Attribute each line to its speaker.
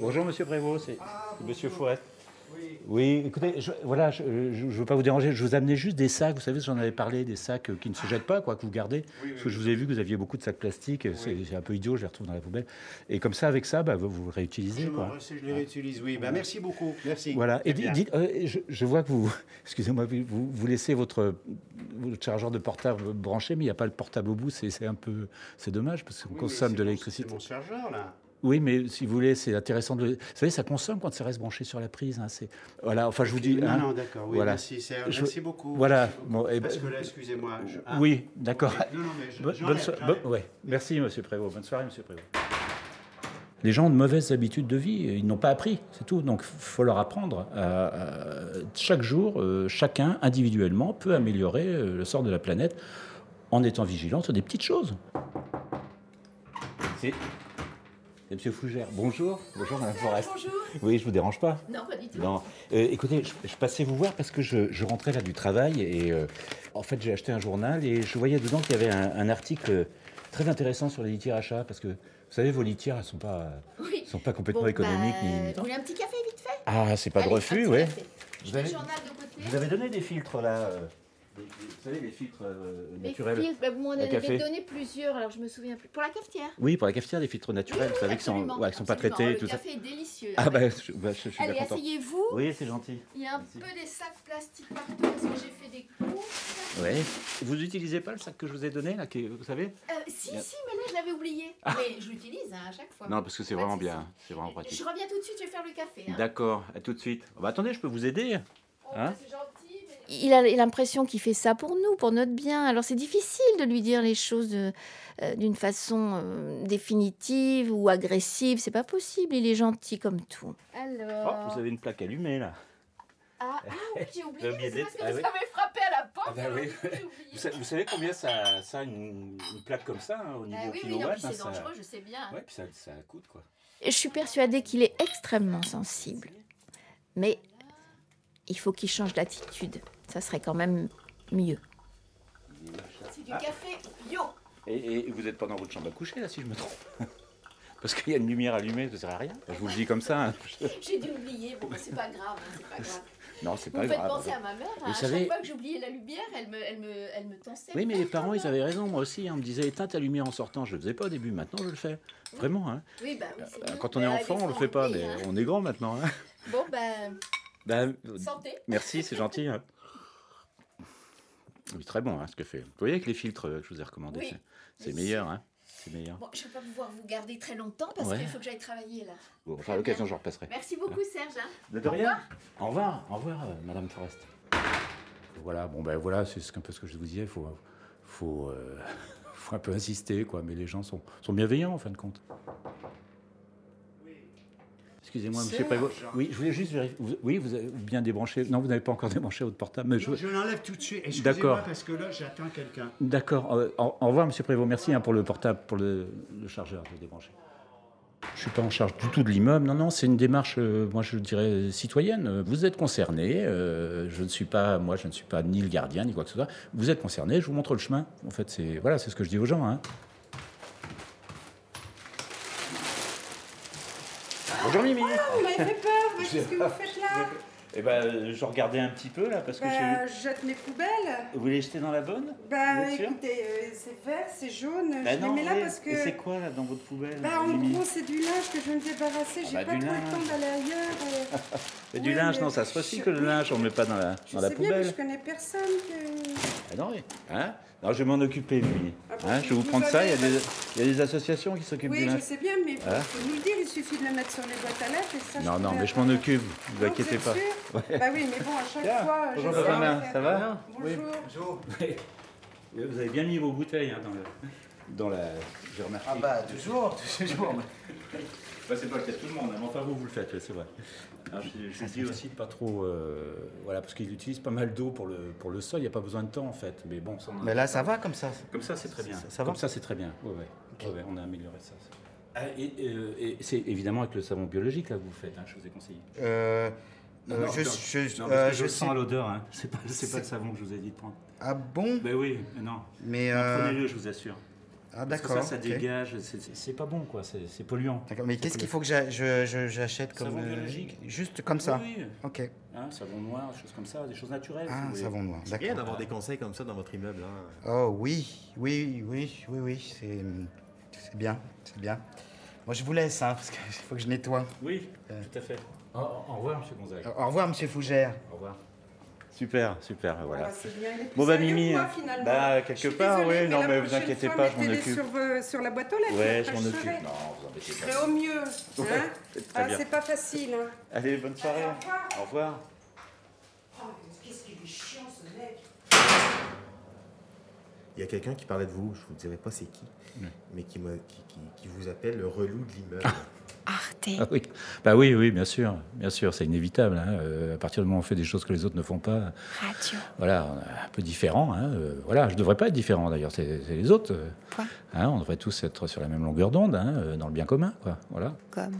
Speaker 1: Bonjour Monsieur Prévost, c'est
Speaker 2: Ah,
Speaker 1: Monsieur Fouret. Oui, écoutez, je, voilà, je ne veux pas vous déranger. Je vous amenais juste des sacs. Vous savez, j'en avais parlé, des sacs euh, qui ne se jettent pas, quoi, que vous gardez. parce que je vous ai vu que vous aviez beaucoup de sacs plastiques. euh, C'est c'est un peu idiot, je les retrouve dans la poubelle. Et comme ça, avec ça, bah, vous, vous réutilisez,
Speaker 2: Je,
Speaker 1: quoi.
Speaker 2: me- je les réutilise, oui. Bah, merci beaucoup. Merci.
Speaker 1: Voilà. Et
Speaker 2: C'est
Speaker 1: di-
Speaker 2: bien.
Speaker 1: dites, euh, je, je vois que vous, excusez-moi, vous- vous, vous laissez votre, votre chargeur de portable branché, mais il n'y a pas le portable au bout. C'est c'est un peu, c'est dommage parce qu'on
Speaker 2: Oui, mais
Speaker 1: consomme
Speaker 2: c'est
Speaker 1: de
Speaker 2: mon-
Speaker 1: l'électricité.
Speaker 2: C'est mon chargeur, là.
Speaker 1: Oui, mais si vous voulez, c'est intéressant de. Vous savez, ça consomme quand ça reste branché sur la prise. hein, c'est voilà. Enfin, je vous dis.
Speaker 2: Non,
Speaker 1: hein,
Speaker 2: Ah non, d'accord. Oui,
Speaker 1: voilà.
Speaker 2: merci, Serge.
Speaker 1: Je-
Speaker 2: Merci beaucoup.
Speaker 1: Voilà.
Speaker 2: Merci beaucoup.
Speaker 1: Bon, eh ben,
Speaker 2: Parce que là, excusez-moi. je- ah,
Speaker 1: oui, d'accord.
Speaker 2: Non, non, mais je-
Speaker 1: Bonne-
Speaker 2: j'en
Speaker 1: bonne
Speaker 2: ai-
Speaker 1: so-
Speaker 2: j'en ai-
Speaker 1: bonne- ouais. Merci, Monsieur Prévost. Bonne soirée, Monsieur Prévost. Les gens ont de mauvaises habitudes de vie, ils n'ont pas appris, c'est tout. Donc, faut leur apprendre. à- à- chaque jour, euh, chacun individuellement peut améliorer euh, le sort de la planète en étant vigilant sur des petites choses. C'est Monsieur Fougère. Bonjour. Bonjour, Madame Forest.
Speaker 3: Bonjour.
Speaker 1: Oui, je vous dérange pas.
Speaker 3: Non, pas du tout.
Speaker 1: Non. Euh, écoutez, je, je passais vous voir parce que je, je rentrais là du travail et euh, en fait j'ai acheté un journal et je voyais dedans qu'il y avait un, un article très intéressant sur les litières à chat parce que vous savez vos litières elles sont pas
Speaker 3: Oui.
Speaker 1: elles sont pas complètement
Speaker 3: Bon,
Speaker 1: économiques
Speaker 3: bah,
Speaker 1: ni-
Speaker 3: Vous voulez un petit café vite fait
Speaker 1: ah c'est pas
Speaker 3: Allez,
Speaker 1: de
Speaker 3: un
Speaker 1: refus
Speaker 3: petit
Speaker 1: ouais.
Speaker 3: café. Je
Speaker 1: Vous
Speaker 3: mets
Speaker 1: avez-
Speaker 3: le journal de côté.
Speaker 1: Je vous avez donné des filtres là, euh, des- des- vous savez les filtres euh,
Speaker 3: Mais
Speaker 1: naturels.
Speaker 3: Phil, bah, vous m'en
Speaker 1: Un
Speaker 3: avez
Speaker 1: café.
Speaker 3: donné plusieurs, alors je me souviens plus. Pour la cafetière.
Speaker 1: Oui pour la cafetière des filtres naturels, vous savez qu'ils sont,
Speaker 3: absolument,
Speaker 1: ouais, qu'ils sont pas
Speaker 3: absolument. Oh,
Speaker 1: traités et
Speaker 3: Le
Speaker 1: tout ça.
Speaker 3: café est délicieux.
Speaker 1: Ah bah je, bah, je- je suis
Speaker 3: Allez,
Speaker 1: bien content.
Speaker 3: asseyez-vous.
Speaker 1: Oui c'est gentil.
Speaker 3: Il y a un
Speaker 1: Merci.
Speaker 3: peu des sacs plastiques partout parce que j'ai fait des courses.
Speaker 1: Ouais. Vous utilisez pas le sac que je vous ai donné là, qui, vous savez
Speaker 3: Euh, si,
Speaker 1: Bien. Ah.
Speaker 3: si, mais là, je l'avais oublié. Mais je l'utilise hein, à chaque fois.
Speaker 1: Non parce que c'est
Speaker 3: Pas de
Speaker 1: vraiment
Speaker 3: souci.
Speaker 1: bien, hein. c'est vraiment pratique.
Speaker 3: Je reviens tout de suite, je vais faire le café. hein.
Speaker 1: D'accord, à tout de suite. Bah, attendez, je peux vous aider Hein
Speaker 3: Oh, Il a l'impression qu'il fait ça pour nous, pour notre bien. Alors c'est difficile de lui dire les choses de- euh, d'une façon euh, définitive ou agressive. C'est pas possible. Il est gentil comme tout.
Speaker 1: Oh,
Speaker 3: Alors.
Speaker 1: vous avez une plaque allumée là.
Speaker 3: Ah, ah oui, j'ai oublié.
Speaker 1: J'ai oublié
Speaker 3: C'est parce que
Speaker 1: d'être- ah
Speaker 3: vous
Speaker 1: oui.
Speaker 3: avez frappé à la porte.
Speaker 1: Ah bah
Speaker 3: alors
Speaker 1: oui.
Speaker 3: j'ai oublié.
Speaker 1: Vous, sa- vous savez combien ça, ça une, une plaque comme ça hein, au niveau
Speaker 3: Ah oui, oui, non,
Speaker 1: kilowatt
Speaker 3: puis
Speaker 1: hein,
Speaker 3: c'est
Speaker 1: ça...
Speaker 3: dangereux, je sais bien.
Speaker 1: Ouais, puis ça, ça coûte quoi.
Speaker 3: Je suis persuadée qu'il est extrêmement sensible. Mais il faut qu'il change d'attitude. Ça serait quand même mieux. C'est du café bio.
Speaker 1: Et, et vous êtes pas dans votre chambre à coucher là, si je me trompe Parce qu'il y a une lumière allumée, ça sert à rien. Je vous le dis comme ça. hein.
Speaker 3: J'ai dû oublier. Bon, bah, c'est pas grave. hein, c'est pas grave.
Speaker 1: Non, c'est
Speaker 3: Vous
Speaker 1: pas
Speaker 3: me faites
Speaker 1: grave.
Speaker 3: penser à ma mère. hein,
Speaker 1: Vous
Speaker 3: à
Speaker 1: savez-
Speaker 3: chaque fois que j'oubliais la lumière, elle me, elle me, elle me tensait.
Speaker 1: Oui, mais les parents, ils avaient raison. Moi aussi, hein, on me disait éteins ta lumière en sortant. Je le faisais pas au début. Maintenant, je le fais. Vraiment. Hein.
Speaker 3: Oui, bah, oui, c'est
Speaker 1: Euh,
Speaker 3: mieux.
Speaker 1: Quand on est
Speaker 3: Bah,
Speaker 1: enfant, on le
Speaker 3: les
Speaker 1: fait pas,
Speaker 3: enfants,
Speaker 1: mais
Speaker 3: oui, hein.
Speaker 1: on est grand maintenant. hein.
Speaker 3: Bon, bah,
Speaker 1: Ben,
Speaker 3: santé.
Speaker 1: Merci, c'est gentil. hein. Oui, très bon hein, ce que fait. Vous voyez avec les filtres euh, que je vous ai recommandés,
Speaker 3: Oui,
Speaker 1: c'est- c'est
Speaker 3: mais
Speaker 1: meilleur. hein, c'est meilleur.
Speaker 3: Bon, je vais pas pouvoir vous garder très longtemps parce
Speaker 1: Ouais.
Speaker 3: qu'il faut que j'aille travailler là.
Speaker 1: Bon,
Speaker 3: très
Speaker 1: enfin, à l'occasion,
Speaker 3: bien.
Speaker 1: je repasserai.
Speaker 3: Merci beaucoup, Serge. hein.
Speaker 1: De rien. Au revoir, au revoir, euh, Madame Forest. Voilà, bon ben voilà, c'est ce qu'un peu ce que je vous disais. Faut, faut, euh, faut un peu insister, quoi. Mais les gens sont, sont bienveillants en fin de compte. Excusez-moi, Monsieur
Speaker 2: Serge.
Speaker 1: Prévost. Oui, je voulais juste vérifier. vous- oui, vous avez bien débranché. Non, vous n'avez pas encore débranché votre portable. Mais je,
Speaker 2: Non, Je l'enlève tout de suite.
Speaker 1: D'accord.
Speaker 2: Excusez-moi, parce que là, j'attends quelqu'un.
Speaker 1: D'accord. euh, au, au revoir, Monsieur Prévost. Merci hein, pour le portable, pour le, le chargeur de débrancher. Je suis pas en charge du tout de l'immeuble. Non, non, c'est une démarche, euh, moi je dirais euh, citoyenne. Euh, Vous êtes concerné. euh, je ne suis pas, moi, je ne suis pas ni le gardien ni quoi que ce soit. Vous êtes concerné. Je vous montre le chemin. En fait, c'est voilà, c'est ce que je dis aux gens. hein. Bonjour Mimi.
Speaker 4: Vous m'avez fait peur, Oh, mais qu'est-ce que vous faites là
Speaker 1: Eh ben, euh, je regardais un petit peu là parce que j'ai
Speaker 4: Bah,
Speaker 1: vu-
Speaker 4: je jette mes poubelles.
Speaker 1: Vous les jetez dans la bonne
Speaker 4: Bah
Speaker 1: Vous êtes sûr
Speaker 4: écoutez, euh, c'est vert, c'est jaune,
Speaker 1: Ben
Speaker 4: je
Speaker 1: non,
Speaker 4: les mets là
Speaker 1: mais-
Speaker 4: parce que.
Speaker 1: et c'est quoi là dans votre poubelle
Speaker 4: Bah en
Speaker 1: Mimi
Speaker 4: gros, c'est du linge que je vais me débarrasser, j'ai
Speaker 1: bah,
Speaker 4: pas
Speaker 1: du
Speaker 4: trop
Speaker 1: linge. Ah,
Speaker 4: le temps d'aller ailleurs. euh, et-
Speaker 1: Et du
Speaker 4: Ouais,
Speaker 1: linge,
Speaker 4: mais
Speaker 1: non, ça se
Speaker 4: je-
Speaker 1: recycle le linge, on ne met pas dans la,
Speaker 4: Je
Speaker 1: dans la
Speaker 4: sais bien, mais
Speaker 1: poubelle.
Speaker 4: je connais personne que.
Speaker 1: Ah non, oui. Hein non, je vais m'en occuper, Mimi.
Speaker 4: Ah bon,
Speaker 1: Hein, je vais vous
Speaker 4: vous
Speaker 1: prendre ça, il y, a
Speaker 4: avez-
Speaker 1: des, il y a des associations qui s'occupent du
Speaker 4: Oui, je
Speaker 1: linge.
Speaker 4: sais bien, mais
Speaker 1: Hein
Speaker 4: faut nous le dire, il suffit de le mettre sur les boîtes à lettres et ça.
Speaker 1: Non, non,
Speaker 4: pourrais
Speaker 1: mais je
Speaker 4: avoir-
Speaker 1: m'en occupe, ne vous
Speaker 4: Non,
Speaker 1: inquiétez
Speaker 4: êtes
Speaker 1: pas.
Speaker 4: sûr Bah oui, mais bon, à chaque
Speaker 1: Tiens,
Speaker 4: fois. euh,
Speaker 1: bonjour
Speaker 4: j'essaie de
Speaker 1: Benjamin,
Speaker 4: faire-
Speaker 1: ça va
Speaker 4: Bonjour.
Speaker 2: Bonjour.
Speaker 1: Vous avez bien mis vos bouteilles hein, dans, le- dans la... J'ai remarqué.
Speaker 5: Ah bah toujours, toujours.
Speaker 1: Bah, c'est pas le cas de tout le monde, hein, mais enfin vous, vous le faites, ouais, c'est vrai. Alors, Ah, je, je vous dis aussi de pas trop... euh, voilà, parce qu'ils utilisent pas mal d'eau pour le, pour le sol, il n'y a pas besoin de temps, en fait. Mais bon, ça, on en a-
Speaker 5: Mais là ça va comme ça.
Speaker 1: Comme ça, c'est très bien.
Speaker 5: Ça- ça va
Speaker 1: Comme ça, c'est très bien. Ouais, ouais. Ouais, ouais, on a amélioré ça. ça. Ah, et euh, et c'est évidemment avec le savon biologique là que vous faites, hein, je vous ai conseillé.
Speaker 5: Euh,
Speaker 1: Non,
Speaker 5: euh,
Speaker 1: non,
Speaker 5: je,
Speaker 1: non.
Speaker 5: je-
Speaker 1: Non, parce
Speaker 5: euh,
Speaker 1: que je,
Speaker 5: je
Speaker 1: le
Speaker 5: sais.
Speaker 1: sens à l'odeur, hein. c'est pas, c'est pas
Speaker 5: C'est-
Speaker 1: le savon que je vous ai dit de prendre.
Speaker 5: Ah bon
Speaker 1: Ben oui, mais non.
Speaker 5: Mais euh,
Speaker 1: Prenez-le, je vous assure.
Speaker 2: Ah,
Speaker 1: Parce que
Speaker 2: d'accord,
Speaker 1: ça, ça
Speaker 2: ok.
Speaker 1: dégage. c'est- C'est c'est pas bon, quoi. C'est c'est polluant.
Speaker 2: D'accord, mais qu'est-ce qu'il faut que j'a- je- je- j'achète comme.
Speaker 1: Savon
Speaker 2: euh,
Speaker 1: biologique.
Speaker 2: Juste comme ça
Speaker 1: Oui, oui.
Speaker 2: Ok.
Speaker 1: Hein, savon noir, des choses comme ça, des choses naturelles. si vous
Speaker 2: Ah,
Speaker 1: voulez.
Speaker 2: savon noir,
Speaker 6: C'est bien
Speaker 2: d'accord.
Speaker 6: d'avoir des conseils comme ça dans votre immeuble. hein.
Speaker 2: Oh oui, oui, oui, oui, oui, c'est c'est bien, c'est bien. Moi, je vous laisse, hein, parce qu'il faut que je nettoie.
Speaker 1: Oui, tout à fait. Au, au revoir, monsieur Gonzague.
Speaker 2: Au revoir, monsieur Fougère.
Speaker 1: Au revoir. Super, super,
Speaker 4: Ah,
Speaker 1: voilà.
Speaker 4: c'est bien, il est plus
Speaker 6: Bon, bah,
Speaker 4: sérieux que
Speaker 6: Mimi,
Speaker 4: moi, finalement.
Speaker 6: bah, quelque
Speaker 4: Je suis
Speaker 6: part,
Speaker 4: désolée,
Speaker 6: oui,
Speaker 4: mais
Speaker 6: non,
Speaker 4: la
Speaker 6: mais vous
Speaker 4: prochaine
Speaker 6: inquiétez
Speaker 4: fois,
Speaker 6: pas, je m'en
Speaker 4: mettez-les
Speaker 6: occupe.
Speaker 4: Sur, euh, sur la boîte aux lettres.
Speaker 6: Ouais, je
Speaker 4: après,
Speaker 6: m'en
Speaker 4: serai.
Speaker 6: occupe. Non, vous
Speaker 4: Je
Speaker 6: embêtez
Speaker 4: ferai au mieux. hein.
Speaker 6: très
Speaker 4: Ah,
Speaker 6: bien.
Speaker 4: c'est pas facile. hein.
Speaker 6: pas. Allez, bonne soirée.
Speaker 4: Allez, au revoir.
Speaker 6: Au revoir. Il y a quelqu'un qui parlait de vous, je vous dirai pas c'est qui, mais qui, m'a- qui, qui, qui vous appelle le relou de l'immeuble.
Speaker 7: Arte.
Speaker 1: Ah oui. Bah oui, oui, bien sûr, bien sûr, c'est inévitable. hein. Euh, à partir du moment où on fait des choses que les autres ne font pas,
Speaker 7: Radio.
Speaker 1: voilà, on est un peu différent. hein. Euh, voilà, je devrais pas être différent d'ailleurs, c'est c'est les autres. euh.
Speaker 7: Quoi
Speaker 1: Hein, on devrait tous être sur la même longueur d'onde, hein, euh, dans le bien commun, quoi. Voilà.
Speaker 7: Comme.